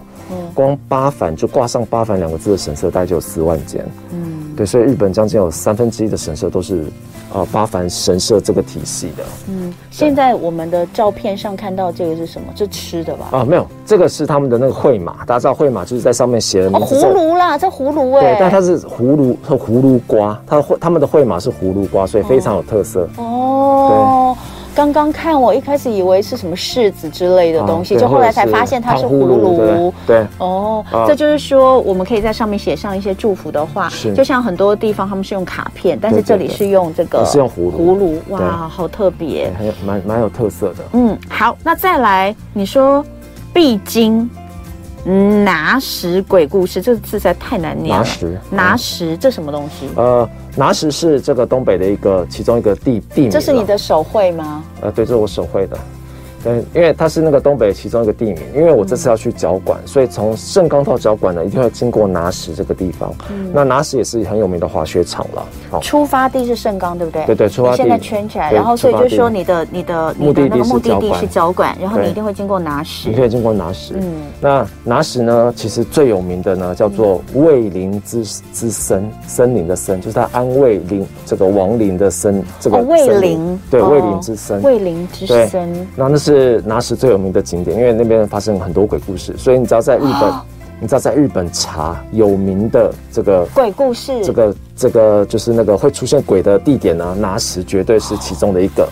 [SPEAKER 3] 光八幡就挂上八幡两个字的神社，大概就有四万间。嗯，对，所以日本将近有三分之一的神社都是呃八幡神社这个体系的。
[SPEAKER 2] 嗯现在我们的照片上看到这个是什么？这吃的吧？
[SPEAKER 3] 啊、没有，这个是他们的那个会码，大家知道会码就是在上面写了
[SPEAKER 2] 哦，
[SPEAKER 3] 名字之后。
[SPEAKER 2] 葫芦啦，这葫芦哎、
[SPEAKER 3] 对，但它是葫芦和葫芦瓜，它的会他们的会码是葫芦瓜，所以非常有特色。
[SPEAKER 2] 哦。刚刚看我一开始以为是什么柿子之类的
[SPEAKER 3] 啊
[SPEAKER 2] 东西，
[SPEAKER 3] 对
[SPEAKER 2] 就后
[SPEAKER 3] 或
[SPEAKER 2] 来
[SPEAKER 3] 者
[SPEAKER 2] 才
[SPEAKER 3] 是
[SPEAKER 2] 发现它是
[SPEAKER 3] 糖
[SPEAKER 2] 葫
[SPEAKER 3] 葫芦
[SPEAKER 2] 芦。
[SPEAKER 3] 对对
[SPEAKER 2] 哦，
[SPEAKER 3] 啊
[SPEAKER 2] 这就是说我们可以在上面写上一些祝福的话，
[SPEAKER 3] 是
[SPEAKER 2] 就像很多地方他们是用卡片，但是
[SPEAKER 3] 对对
[SPEAKER 2] 这里
[SPEAKER 3] 对
[SPEAKER 2] 是用这个
[SPEAKER 3] 是用葫芦
[SPEAKER 2] 葫芦，
[SPEAKER 3] 对
[SPEAKER 2] 哇，好特别
[SPEAKER 3] 对，。很有蛮蛮有特色的。
[SPEAKER 2] 嗯，好，那再来，你说必经嗯拿石鬼故事，这个字实在太难念了。
[SPEAKER 3] 拿石
[SPEAKER 2] 拿
[SPEAKER 3] 嗯
[SPEAKER 2] 石，这什么东西？
[SPEAKER 3] 呃，拿石是这个东北的一个其中一个地地名啦，
[SPEAKER 2] 这是你的手绘吗？
[SPEAKER 3] 呃，对，这是我手绘的。但因为它是那个东北其中一个地名，因为我这次要去脚馆，所以从盛冈到脚馆呢，一定会经过拿石这个地方。
[SPEAKER 2] 嗯
[SPEAKER 3] 那拿石也是很有名的滑雪场了。好、
[SPEAKER 2] 出发地是盛冈，对不对？
[SPEAKER 3] 对对出
[SPEAKER 2] 你
[SPEAKER 3] 发地
[SPEAKER 2] 现在圈起来，
[SPEAKER 3] 对
[SPEAKER 2] 然后所以
[SPEAKER 3] 出发
[SPEAKER 2] 就
[SPEAKER 3] 地
[SPEAKER 2] 说你的你的你
[SPEAKER 3] 目
[SPEAKER 2] 的
[SPEAKER 3] 的地
[SPEAKER 2] 那个
[SPEAKER 3] 是
[SPEAKER 2] 目的地
[SPEAKER 3] 交管
[SPEAKER 2] 是交管，然后你
[SPEAKER 3] 对
[SPEAKER 2] 一定会经过拿石
[SPEAKER 3] 你。可以经过拿石。
[SPEAKER 2] 嗯
[SPEAKER 3] 那拿石呢，其实最有名的呢叫做卫林之之森，森林的森，就是它安慰林这个亡灵的森，这个
[SPEAKER 2] 哦，卫
[SPEAKER 3] 森
[SPEAKER 2] 灵，
[SPEAKER 3] 对
[SPEAKER 2] 哦
[SPEAKER 3] 卫林之森。
[SPEAKER 2] 卫灵之
[SPEAKER 3] 对
[SPEAKER 2] 森，
[SPEAKER 3] 那那是拿石最有名的景点，因为那边发生很多鬼故事，所以你只要在日本，
[SPEAKER 2] 啊
[SPEAKER 3] 你只要在日本查有名的这个
[SPEAKER 2] 鬼故事，
[SPEAKER 3] 这个这个就是那个会出现鬼的地点呢，拿石绝对是其中的一个。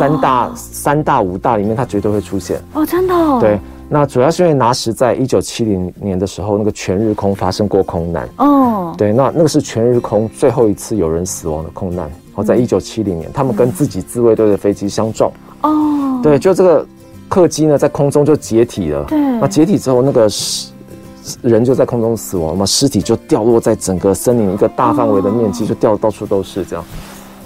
[SPEAKER 3] 三大三大五大里面，它绝对会出现。
[SPEAKER 2] 哦，真的、哦，
[SPEAKER 3] 对，，那主要是因为拿石在一九七零年的时候，那个全日空发生过空难。
[SPEAKER 2] 哦，
[SPEAKER 3] 对，那那个是全日空最后一次有人死亡的空难。好，在一九七零年，他们跟自己自卫队的飞机相撞。
[SPEAKER 2] 哦，
[SPEAKER 3] 对，就这个客机呢，在空中就解体了。
[SPEAKER 2] 对
[SPEAKER 3] 那解体之后，那个尸人就在空中死亡嘛，尸体就掉落在整个森林一个大范围的面
[SPEAKER 2] 哦
[SPEAKER 3] 积，就掉得到处都是这样。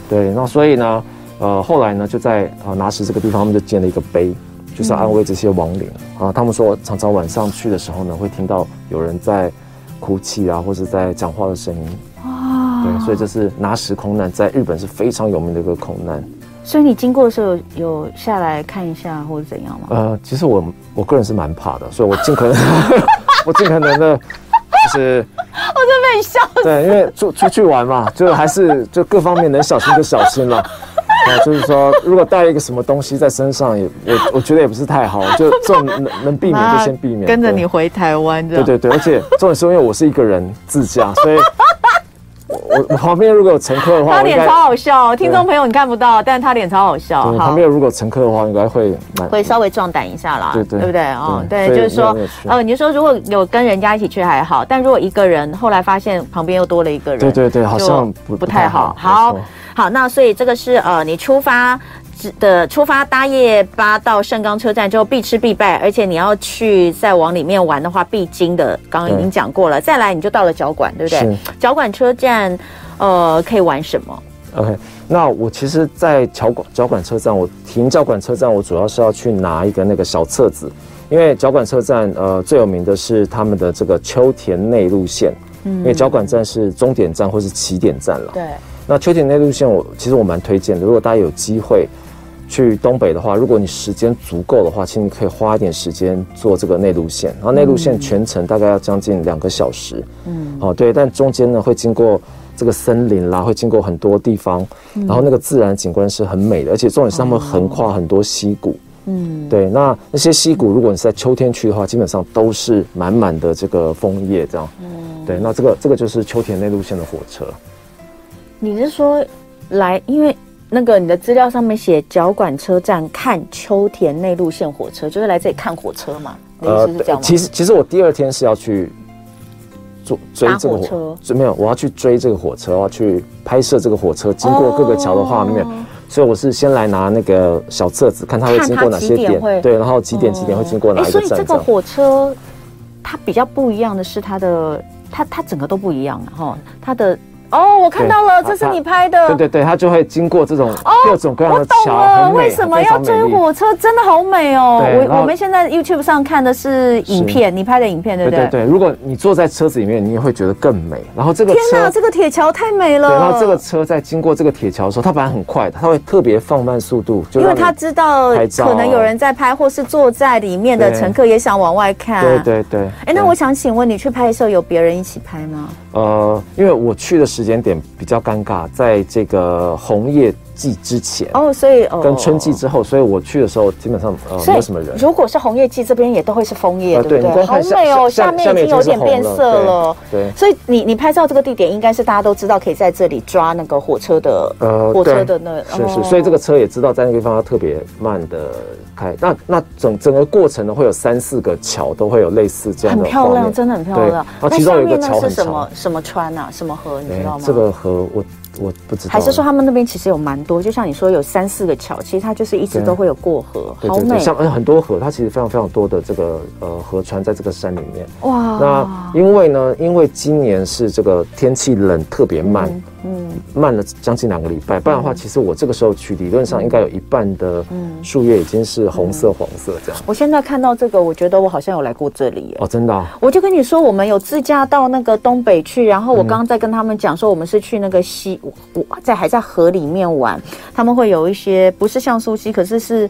[SPEAKER 3] 对，那所以呢，呃，后来呢，就在呃拿石这个地方，他们就建了一个碑，就是要安慰这些亡灵、
[SPEAKER 2] 嗯
[SPEAKER 3] 啊。他们说，常常晚上去的时候呢，会听到有人在哭泣啊，或是在讲话的声音。
[SPEAKER 2] 哇，
[SPEAKER 3] 对，所以这是拿石空难，在日本是非常有名的一个空难。
[SPEAKER 2] 所以你经过的时候有有下来看一下或者怎样吗？
[SPEAKER 3] 呃，其实我我个人是蛮怕的，所以我尽可能， 我尽可能的，就是
[SPEAKER 2] 被笑
[SPEAKER 3] 对，因为出出去玩嘛，就是还是就各方面能小心就小心了。啊，就是说，如果带一个什么东西在身上也，也我觉得也不是太好，就这种能能避免就啊 先避免。
[SPEAKER 2] 跟着
[SPEAKER 3] 对
[SPEAKER 2] 你回台湾这
[SPEAKER 3] 对
[SPEAKER 2] 样，
[SPEAKER 3] 对对，而且重点是因为我是一个人自驾，所以我我我旁边如果有乘客 的话，
[SPEAKER 2] 他
[SPEAKER 3] 我应
[SPEAKER 2] 脸
[SPEAKER 3] 该
[SPEAKER 2] 超好笑哦，听众朋友你看不到，但他脸超好笑，
[SPEAKER 3] 对旁
[SPEAKER 2] 好。
[SPEAKER 3] 边如果有乘客的话，应该会蛮
[SPEAKER 2] 会稍微壮胆一下啦，
[SPEAKER 3] 对对
[SPEAKER 2] 不对哦，对，
[SPEAKER 3] 对所以
[SPEAKER 2] 就是说
[SPEAKER 3] 没有去，
[SPEAKER 2] 呃，你说如果有跟人家一起去还好，但如果一个人，后来发现旁边又多了一个人，
[SPEAKER 3] 对对对好
[SPEAKER 2] 就
[SPEAKER 3] 像
[SPEAKER 2] 不
[SPEAKER 3] 不
[SPEAKER 2] 太好。
[SPEAKER 3] 不太好
[SPEAKER 2] 好
[SPEAKER 3] 没错
[SPEAKER 2] 好，那所以这个是呃，你出发之的出发搭夜巴到盛冈车站之后必吃必败，而且你要去再往里面玩的话必经的，刚刚已经
[SPEAKER 3] 对
[SPEAKER 2] 讲过了。再来你就到了脚馆，对不对
[SPEAKER 3] 是？
[SPEAKER 2] 脚馆车站，呃，可以玩什么？
[SPEAKER 3] OK，那我其实，在交管交管车站，我停交管车站，我主要是要去拿一个那个小册子，因为交管车站呃最有名的是他们的这个秋田内路线，因为交管站是终点站或是起点站了。
[SPEAKER 2] 对，
[SPEAKER 3] 那秋田内路线我其实我蛮推荐的，如果大家有机会去东北的话，如果你时间足够的话，其实你可以花一点时间做这个内陆线，然后内陆线全程大概要将近两个小时，嗯，哦对，但中间呢会经过。这个森林啦，会经过很多地方，然后那个自然景观是很美的，而且重点是他们横跨很多溪谷，嗯，对，那那些溪谷，如果你是在秋天去的话，基本上都是满满的这个枫叶这样，对，那这个这个就是秋田内路线的火车，
[SPEAKER 2] 你是说来，因为那个你的资料上面写脚管车站看秋田内陆线火车，就是来这里看火车嘛？你的意思是这样吗？
[SPEAKER 3] 呃其实其实我第二天是要去坐追
[SPEAKER 2] 搭
[SPEAKER 3] 这个
[SPEAKER 2] 火
[SPEAKER 3] 火
[SPEAKER 2] 车，
[SPEAKER 3] 追没有，我要去追这个火车，我要去拍摄这个火车经过各个桥的画面。
[SPEAKER 2] 哦
[SPEAKER 3] 所以我是先来拿那个小册子，看它会
[SPEAKER 2] 看
[SPEAKER 3] 经
[SPEAKER 2] 它
[SPEAKER 3] 过哪
[SPEAKER 2] 几
[SPEAKER 3] 些
[SPEAKER 2] 点
[SPEAKER 3] 点，
[SPEAKER 2] 会哦
[SPEAKER 3] 对，然后几点几点会经过哪
[SPEAKER 2] 诶
[SPEAKER 3] 一
[SPEAKER 2] 哎所
[SPEAKER 3] 个
[SPEAKER 2] 以
[SPEAKER 3] 站
[SPEAKER 2] 这
[SPEAKER 3] 这
[SPEAKER 2] 个
[SPEAKER 3] 样。
[SPEAKER 2] 火车它比较不一样的是它的，它它整个都不一样了啊哈。它的哦，我看到了，
[SPEAKER 3] 对
[SPEAKER 2] 这是
[SPEAKER 3] 它
[SPEAKER 2] 你拍的。
[SPEAKER 3] 对对对，它就会经过这种各种各样
[SPEAKER 2] 哦我
[SPEAKER 3] 的
[SPEAKER 2] 懂
[SPEAKER 3] 桥，
[SPEAKER 2] 了，
[SPEAKER 3] 很美
[SPEAKER 2] 为什么
[SPEAKER 3] 非
[SPEAKER 2] 要
[SPEAKER 3] 常
[SPEAKER 2] 追
[SPEAKER 3] 美丽
[SPEAKER 2] 火车？真的好美哦！
[SPEAKER 3] 对然
[SPEAKER 2] 我
[SPEAKER 3] 后
[SPEAKER 2] 我们现在 YouTube 上看的是影片，你拍的影片对
[SPEAKER 3] 对
[SPEAKER 2] 不
[SPEAKER 3] 对
[SPEAKER 2] 对？
[SPEAKER 3] 对，如果你坐在车子里面，你也会觉得更美。然后这个
[SPEAKER 2] 天哪，
[SPEAKER 3] 车
[SPEAKER 2] 这个铁桥太美
[SPEAKER 3] 对，然
[SPEAKER 2] 了
[SPEAKER 3] 后。这个车在经过这个铁桥的时候，它本来很快的，它会特别放慢速度，就
[SPEAKER 2] 因为
[SPEAKER 3] 让你
[SPEAKER 2] 他知道
[SPEAKER 3] 拍照
[SPEAKER 2] 可能有人在拍，或是坐在里面的
[SPEAKER 3] 对
[SPEAKER 2] 乘客也想往外看。
[SPEAKER 3] 对。对对。
[SPEAKER 2] 哎，
[SPEAKER 3] 对
[SPEAKER 2] 那我想请问，你去拍的时候有别人一起拍吗？
[SPEAKER 3] 呃，因为我去的时间点比较尴尬，在这个红叶季之前，
[SPEAKER 2] 哦，所以哦，
[SPEAKER 3] 跟春季之后，所以我去的时候基本上呃没有什么人。
[SPEAKER 2] 如果是红叶季，这边也都会是枫叶，
[SPEAKER 3] 呃
[SPEAKER 2] 对
[SPEAKER 3] 对
[SPEAKER 2] 不
[SPEAKER 3] 你
[SPEAKER 2] 对？
[SPEAKER 3] 光
[SPEAKER 2] 好
[SPEAKER 3] 看下
[SPEAKER 2] 美哦，
[SPEAKER 3] 下
[SPEAKER 2] 下面已经有点变色了。
[SPEAKER 3] 下面已经是红了对对
[SPEAKER 2] 所以你你拍照这个地点，应该是大家都知道，可以在这里抓那个火车的，
[SPEAKER 3] 呃
[SPEAKER 2] 火车的
[SPEAKER 3] 对
[SPEAKER 2] 那，
[SPEAKER 3] 是是，
[SPEAKER 2] 哦
[SPEAKER 3] 所以这个车也知道在那个地方要特别慢的开。那那整整个过程呢，会有三四个桥都会有类似这样
[SPEAKER 2] 很
[SPEAKER 3] 的
[SPEAKER 2] 漂
[SPEAKER 3] 画
[SPEAKER 2] 亮，
[SPEAKER 3] 面
[SPEAKER 2] 真的很漂亮
[SPEAKER 3] 对。然后
[SPEAKER 2] 那
[SPEAKER 3] 其中
[SPEAKER 2] 下
[SPEAKER 3] 有一
[SPEAKER 2] 面
[SPEAKER 3] 个
[SPEAKER 2] 呢
[SPEAKER 3] 桥
[SPEAKER 2] 是
[SPEAKER 3] 很
[SPEAKER 2] 什么
[SPEAKER 3] 长。
[SPEAKER 2] 什么川啊？什么河？你知道
[SPEAKER 3] 哎
[SPEAKER 2] 吗？
[SPEAKER 3] 这个河我我不知道。
[SPEAKER 2] 还是说他们那边其实有蛮多，就像你说有三四个桥，其实它就是一直
[SPEAKER 3] 对
[SPEAKER 2] 都会有过河，
[SPEAKER 3] 对
[SPEAKER 2] 好
[SPEAKER 3] 对
[SPEAKER 2] 美
[SPEAKER 3] 对，像呃很多河，它其实非常非常多的这个呃河川在这个山里面。
[SPEAKER 2] 哇！
[SPEAKER 3] 那因为呢，因为今年是这个天气冷特别慢，
[SPEAKER 2] 嗯
[SPEAKER 3] 慢了将近两个礼拜，不然的话，其实我这个时候去，理论上应该有一半的
[SPEAKER 2] 嗯
[SPEAKER 3] 树叶已经是红色、黄色这样。
[SPEAKER 2] 我现在看到这个，我觉得我好像有来过这里耶。
[SPEAKER 3] 哦，真的、啊，
[SPEAKER 2] 我就跟你说，我们有自驾到那个东北去，然后
[SPEAKER 3] 嗯
[SPEAKER 2] 我刚刚在跟他们讲说，我们是去那个溪，我我在还在河里面玩，他们会有一些不是像溯溪，可是是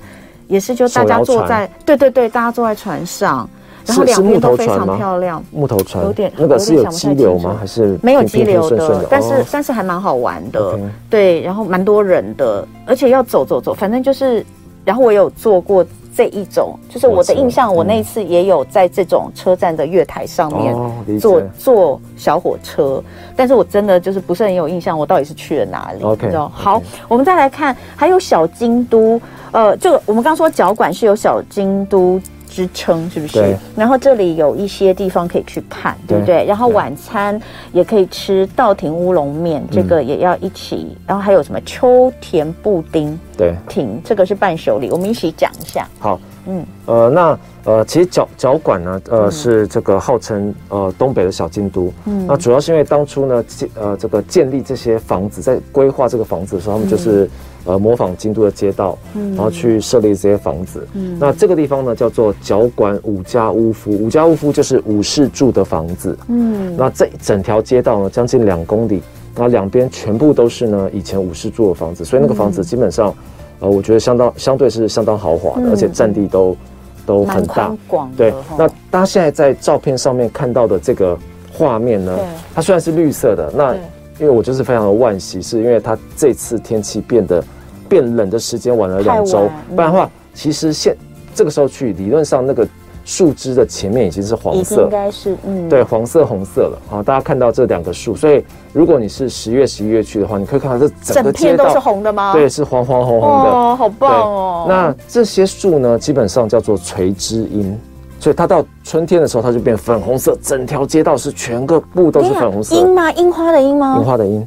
[SPEAKER 2] 也是就大家
[SPEAKER 3] 手摇
[SPEAKER 2] 坐
[SPEAKER 3] 船
[SPEAKER 2] 在，对对对，大家坐在船上，然后
[SPEAKER 3] 是是
[SPEAKER 2] 两边都
[SPEAKER 3] 木头
[SPEAKER 2] 非
[SPEAKER 3] 船
[SPEAKER 2] 常
[SPEAKER 3] 吗
[SPEAKER 2] 漂亮，
[SPEAKER 3] 木头船
[SPEAKER 2] 有点
[SPEAKER 3] 那个是
[SPEAKER 2] 我有
[SPEAKER 3] 有
[SPEAKER 2] 点想
[SPEAKER 3] 激
[SPEAKER 2] 不太
[SPEAKER 3] 流
[SPEAKER 2] 清
[SPEAKER 3] 吗
[SPEAKER 2] 楚？
[SPEAKER 3] 还是
[SPEAKER 2] 没有
[SPEAKER 3] 平
[SPEAKER 2] 激
[SPEAKER 3] 平
[SPEAKER 2] 流
[SPEAKER 3] 顺顺
[SPEAKER 2] 的，但是、
[SPEAKER 3] 哦嗯
[SPEAKER 2] 但是还蛮好玩的
[SPEAKER 3] OK
[SPEAKER 2] 对，然后蛮多人的，而且要走走走，反正就是，然后我有做过这一种，就是我
[SPEAKER 3] 我
[SPEAKER 2] 的
[SPEAKER 3] 知道
[SPEAKER 2] 印象，我
[SPEAKER 3] 嗯
[SPEAKER 2] 那一次也有在这种车站的月台上面。
[SPEAKER 3] 哦，理
[SPEAKER 2] 坐
[SPEAKER 3] 解。
[SPEAKER 2] 坐小火车，但是我真的就是不是很有印象，我到底是去了哪里
[SPEAKER 3] OK，
[SPEAKER 2] 你知道
[SPEAKER 3] OK
[SPEAKER 2] 好，我们再来看，还有小京都，呃，这个我们刚说脚馆是有小京都之称，是不是
[SPEAKER 3] 对？
[SPEAKER 2] 然后这里有一些地方可以去看，对不
[SPEAKER 3] 对
[SPEAKER 2] 对？然后晚餐也可以吃稻庭乌龙
[SPEAKER 3] 嗯
[SPEAKER 2] 面，这个也要一起，然后还有什么秋田布丁
[SPEAKER 3] 对，
[SPEAKER 2] 亭，这个是伴手礼，我们一起讲一下。
[SPEAKER 3] 好，
[SPEAKER 2] 嗯
[SPEAKER 3] 嗯，呃，那呃，其实脚脚馆呢，呃，是这个号称呃东北的小京都，嗯，那主要是因为当初呢，建呃这个建立这些房子，在规划这个房子的时候，他们就是、呃模仿京都的街道，然后去设立这些房子，嗯，那这个地方呢叫做脚馆五家屋夫，五家屋夫就是武士住的房子，
[SPEAKER 2] 嗯，
[SPEAKER 3] 那这一整条街道呢，将近两公里，那两边全部都是呢以前武士住的房子，所以那个房
[SPEAKER 2] 嗯
[SPEAKER 3] 子基本上，呃，我觉得相当相对是相当豪华的，
[SPEAKER 2] 嗯
[SPEAKER 3] 而且占地都都
[SPEAKER 2] 蛮
[SPEAKER 3] 很大
[SPEAKER 2] 宽。广的
[SPEAKER 3] 对
[SPEAKER 2] 哈，
[SPEAKER 3] 那大家现在在照片上面看到的这个画面呢
[SPEAKER 2] 对，
[SPEAKER 3] 它虽然是绿色的，那
[SPEAKER 2] 对
[SPEAKER 3] 因为我就是非常的惋惜，是因为它这次天气变得变冷的时间晚了两
[SPEAKER 2] 太
[SPEAKER 3] 周
[SPEAKER 2] 晚嗯，
[SPEAKER 3] 不然的话，其实现这个时候去，理论上那个树枝的前面已经是黄
[SPEAKER 2] 已
[SPEAKER 3] 色
[SPEAKER 2] 经应该是嗯，
[SPEAKER 3] 对，黄色、红色了。好，大家看到这两个树，所以如果你是十月、十一月去的话，你可以看到这整
[SPEAKER 2] 整
[SPEAKER 3] 个
[SPEAKER 2] 片
[SPEAKER 3] 街
[SPEAKER 2] 都是
[SPEAKER 3] 道，
[SPEAKER 2] 红的吗？
[SPEAKER 3] 对，是黄黄红红的。
[SPEAKER 2] 哦，好
[SPEAKER 3] 对
[SPEAKER 2] 棒哦！
[SPEAKER 3] 那这些树呢，基本上叫做垂枝樱，所以它到春天的时候，它就变粉红色，整条街道是全个布都是粉红色。
[SPEAKER 2] 啊樱啊吗？樱花的樱
[SPEAKER 3] 樱
[SPEAKER 2] 吗？
[SPEAKER 3] 花的樱，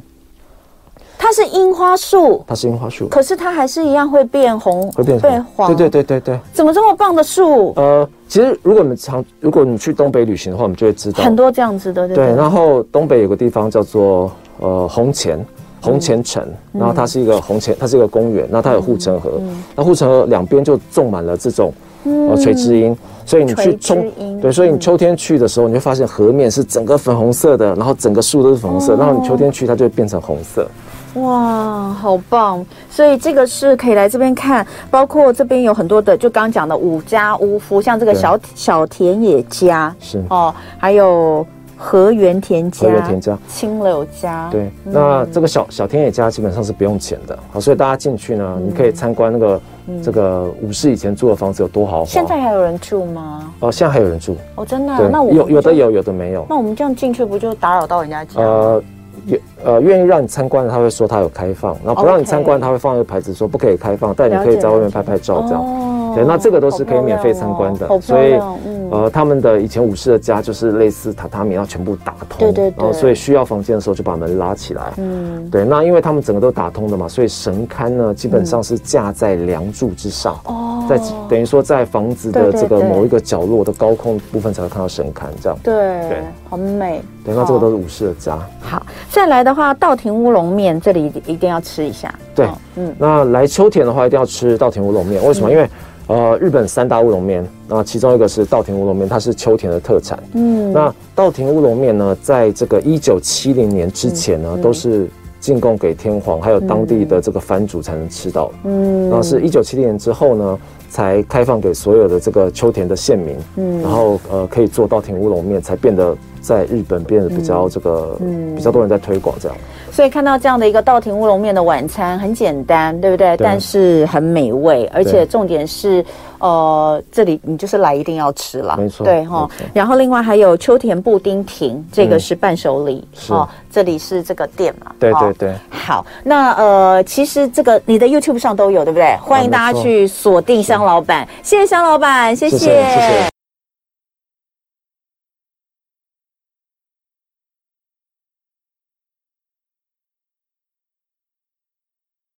[SPEAKER 2] 它是樱花树，
[SPEAKER 3] 它是樱花树，
[SPEAKER 2] 可是它还是一样会变红，
[SPEAKER 3] 会变
[SPEAKER 2] 变黄。
[SPEAKER 3] 对对，对对对。
[SPEAKER 2] 怎么这么棒的树？
[SPEAKER 3] 呃，其实如果你们常，如果你去东北旅行的话，我们就会知道
[SPEAKER 2] 很多这样子的，对
[SPEAKER 3] 对，
[SPEAKER 2] 不对？
[SPEAKER 3] 然后东北有个地方叫做呃红前红前城，
[SPEAKER 2] 嗯
[SPEAKER 3] 然后它是一个红前，它是一个公园，那它有护城河，那护城河两边就种满了这种呃垂枝樱，所以你
[SPEAKER 2] 嗯垂嗯
[SPEAKER 3] 去
[SPEAKER 2] 枝樱
[SPEAKER 3] 冲，对，所以你秋天去的时候，你会发现河面是整个粉红色的，然后整个树都是粉
[SPEAKER 2] 哦
[SPEAKER 3] 红色，然后你秋天去它就会变成红色。
[SPEAKER 2] 哇，好棒！所以这个是可以来这边看，包括这边有很多的，就刚刚讲的五家屋夫，像这个
[SPEAKER 3] 对
[SPEAKER 2] 小小田野家
[SPEAKER 3] 是
[SPEAKER 2] 哦，还有河源田家、
[SPEAKER 3] 河源田家
[SPEAKER 2] 青柳家，
[SPEAKER 3] 对，那这个小小田野家基本上是不用钱的，好，所以大家进去呢，你可
[SPEAKER 2] 嗯
[SPEAKER 3] 以参观那个这个武士以前住的房子有多豪华。
[SPEAKER 2] 现在还有人住吗？
[SPEAKER 3] 哦，现在还有人住，
[SPEAKER 2] 哦，真的啊、
[SPEAKER 3] 对
[SPEAKER 2] 那我，
[SPEAKER 3] 有有的
[SPEAKER 2] 有。
[SPEAKER 3] 有，有的没有。
[SPEAKER 2] 那我们这样进去不就打扰到人家家？
[SPEAKER 3] 呃，有呃，愿意让你参观的，他会说他有开放；然后不让你
[SPEAKER 2] 哦 OK
[SPEAKER 3] 参观，他会放一个牌子说不可以开放，但你
[SPEAKER 2] 了解
[SPEAKER 3] 可以在外面拍拍呃照这样。
[SPEAKER 2] 哦
[SPEAKER 3] 对，那这个都是可以免费参观的，
[SPEAKER 2] 好漂
[SPEAKER 3] 所以
[SPEAKER 2] 亮哦、嗯、
[SPEAKER 3] 呃，他们的以前武士的家就是类似榻榻米，要全部打通，
[SPEAKER 2] 对对对
[SPEAKER 3] 然后所以需要房间的时候就把门拉起来。
[SPEAKER 2] 嗯，
[SPEAKER 3] 对，那因为他们整个都打通的嘛，所以神龛呢基本上是架在梁柱之上，
[SPEAKER 2] 哦，
[SPEAKER 3] 在等于说在房子
[SPEAKER 2] 对
[SPEAKER 3] 的
[SPEAKER 2] 对
[SPEAKER 3] 这个
[SPEAKER 2] 对
[SPEAKER 3] 某一个角落的高空部分才会看到神龛这样。
[SPEAKER 2] 对
[SPEAKER 3] 对
[SPEAKER 2] 好美。
[SPEAKER 3] 对，那这个都是武士的家。
[SPEAKER 2] 好。再来的话，稻庭乌龙面这里一定要吃一下。
[SPEAKER 3] 对
[SPEAKER 2] 哦嗯，
[SPEAKER 3] 那来秋田的话，一定要吃稻田乌龙面。为什么？因为呃，日本三大乌龙面，那其中一个是稻田乌龙面，它是秋田的特产。
[SPEAKER 2] 嗯，
[SPEAKER 3] 那稻田乌龙面呢，在这个一九七零年之前
[SPEAKER 2] 嗯
[SPEAKER 3] 呢，都是进贡给天皇，还有当地的这个藩主才能吃到。
[SPEAKER 2] 嗯
[SPEAKER 3] 那是一九七零年之后呢，才开放给所有的这个秋田的县民，
[SPEAKER 2] 嗯
[SPEAKER 3] 然后呃可以做稻田乌龙面，才变得在日本变得比
[SPEAKER 2] 嗯
[SPEAKER 3] 较这个、比较多人在推广这样。
[SPEAKER 2] 所以看到这样的一个稻庭乌龙面的晚餐，很简单，对不对？
[SPEAKER 3] 对
[SPEAKER 2] 但是很美味，而且重点是，呃，这里你就是来一定要吃了，
[SPEAKER 3] 没错
[SPEAKER 2] 对哈
[SPEAKER 3] 没错。嗯
[SPEAKER 2] 然后另外还有秋田布丁亭，这个是伴手礼、哦
[SPEAKER 3] 是
[SPEAKER 2] 这里是这个店嘛，
[SPEAKER 3] 对
[SPEAKER 2] 哦
[SPEAKER 3] 对对。
[SPEAKER 2] 好，那呃，其实这个你的啊 YouTube 上都有，对不对？欢迎大家
[SPEAKER 3] 没错
[SPEAKER 2] 去锁定香老板，谢谢香老板，谢
[SPEAKER 3] 谢谢谢谢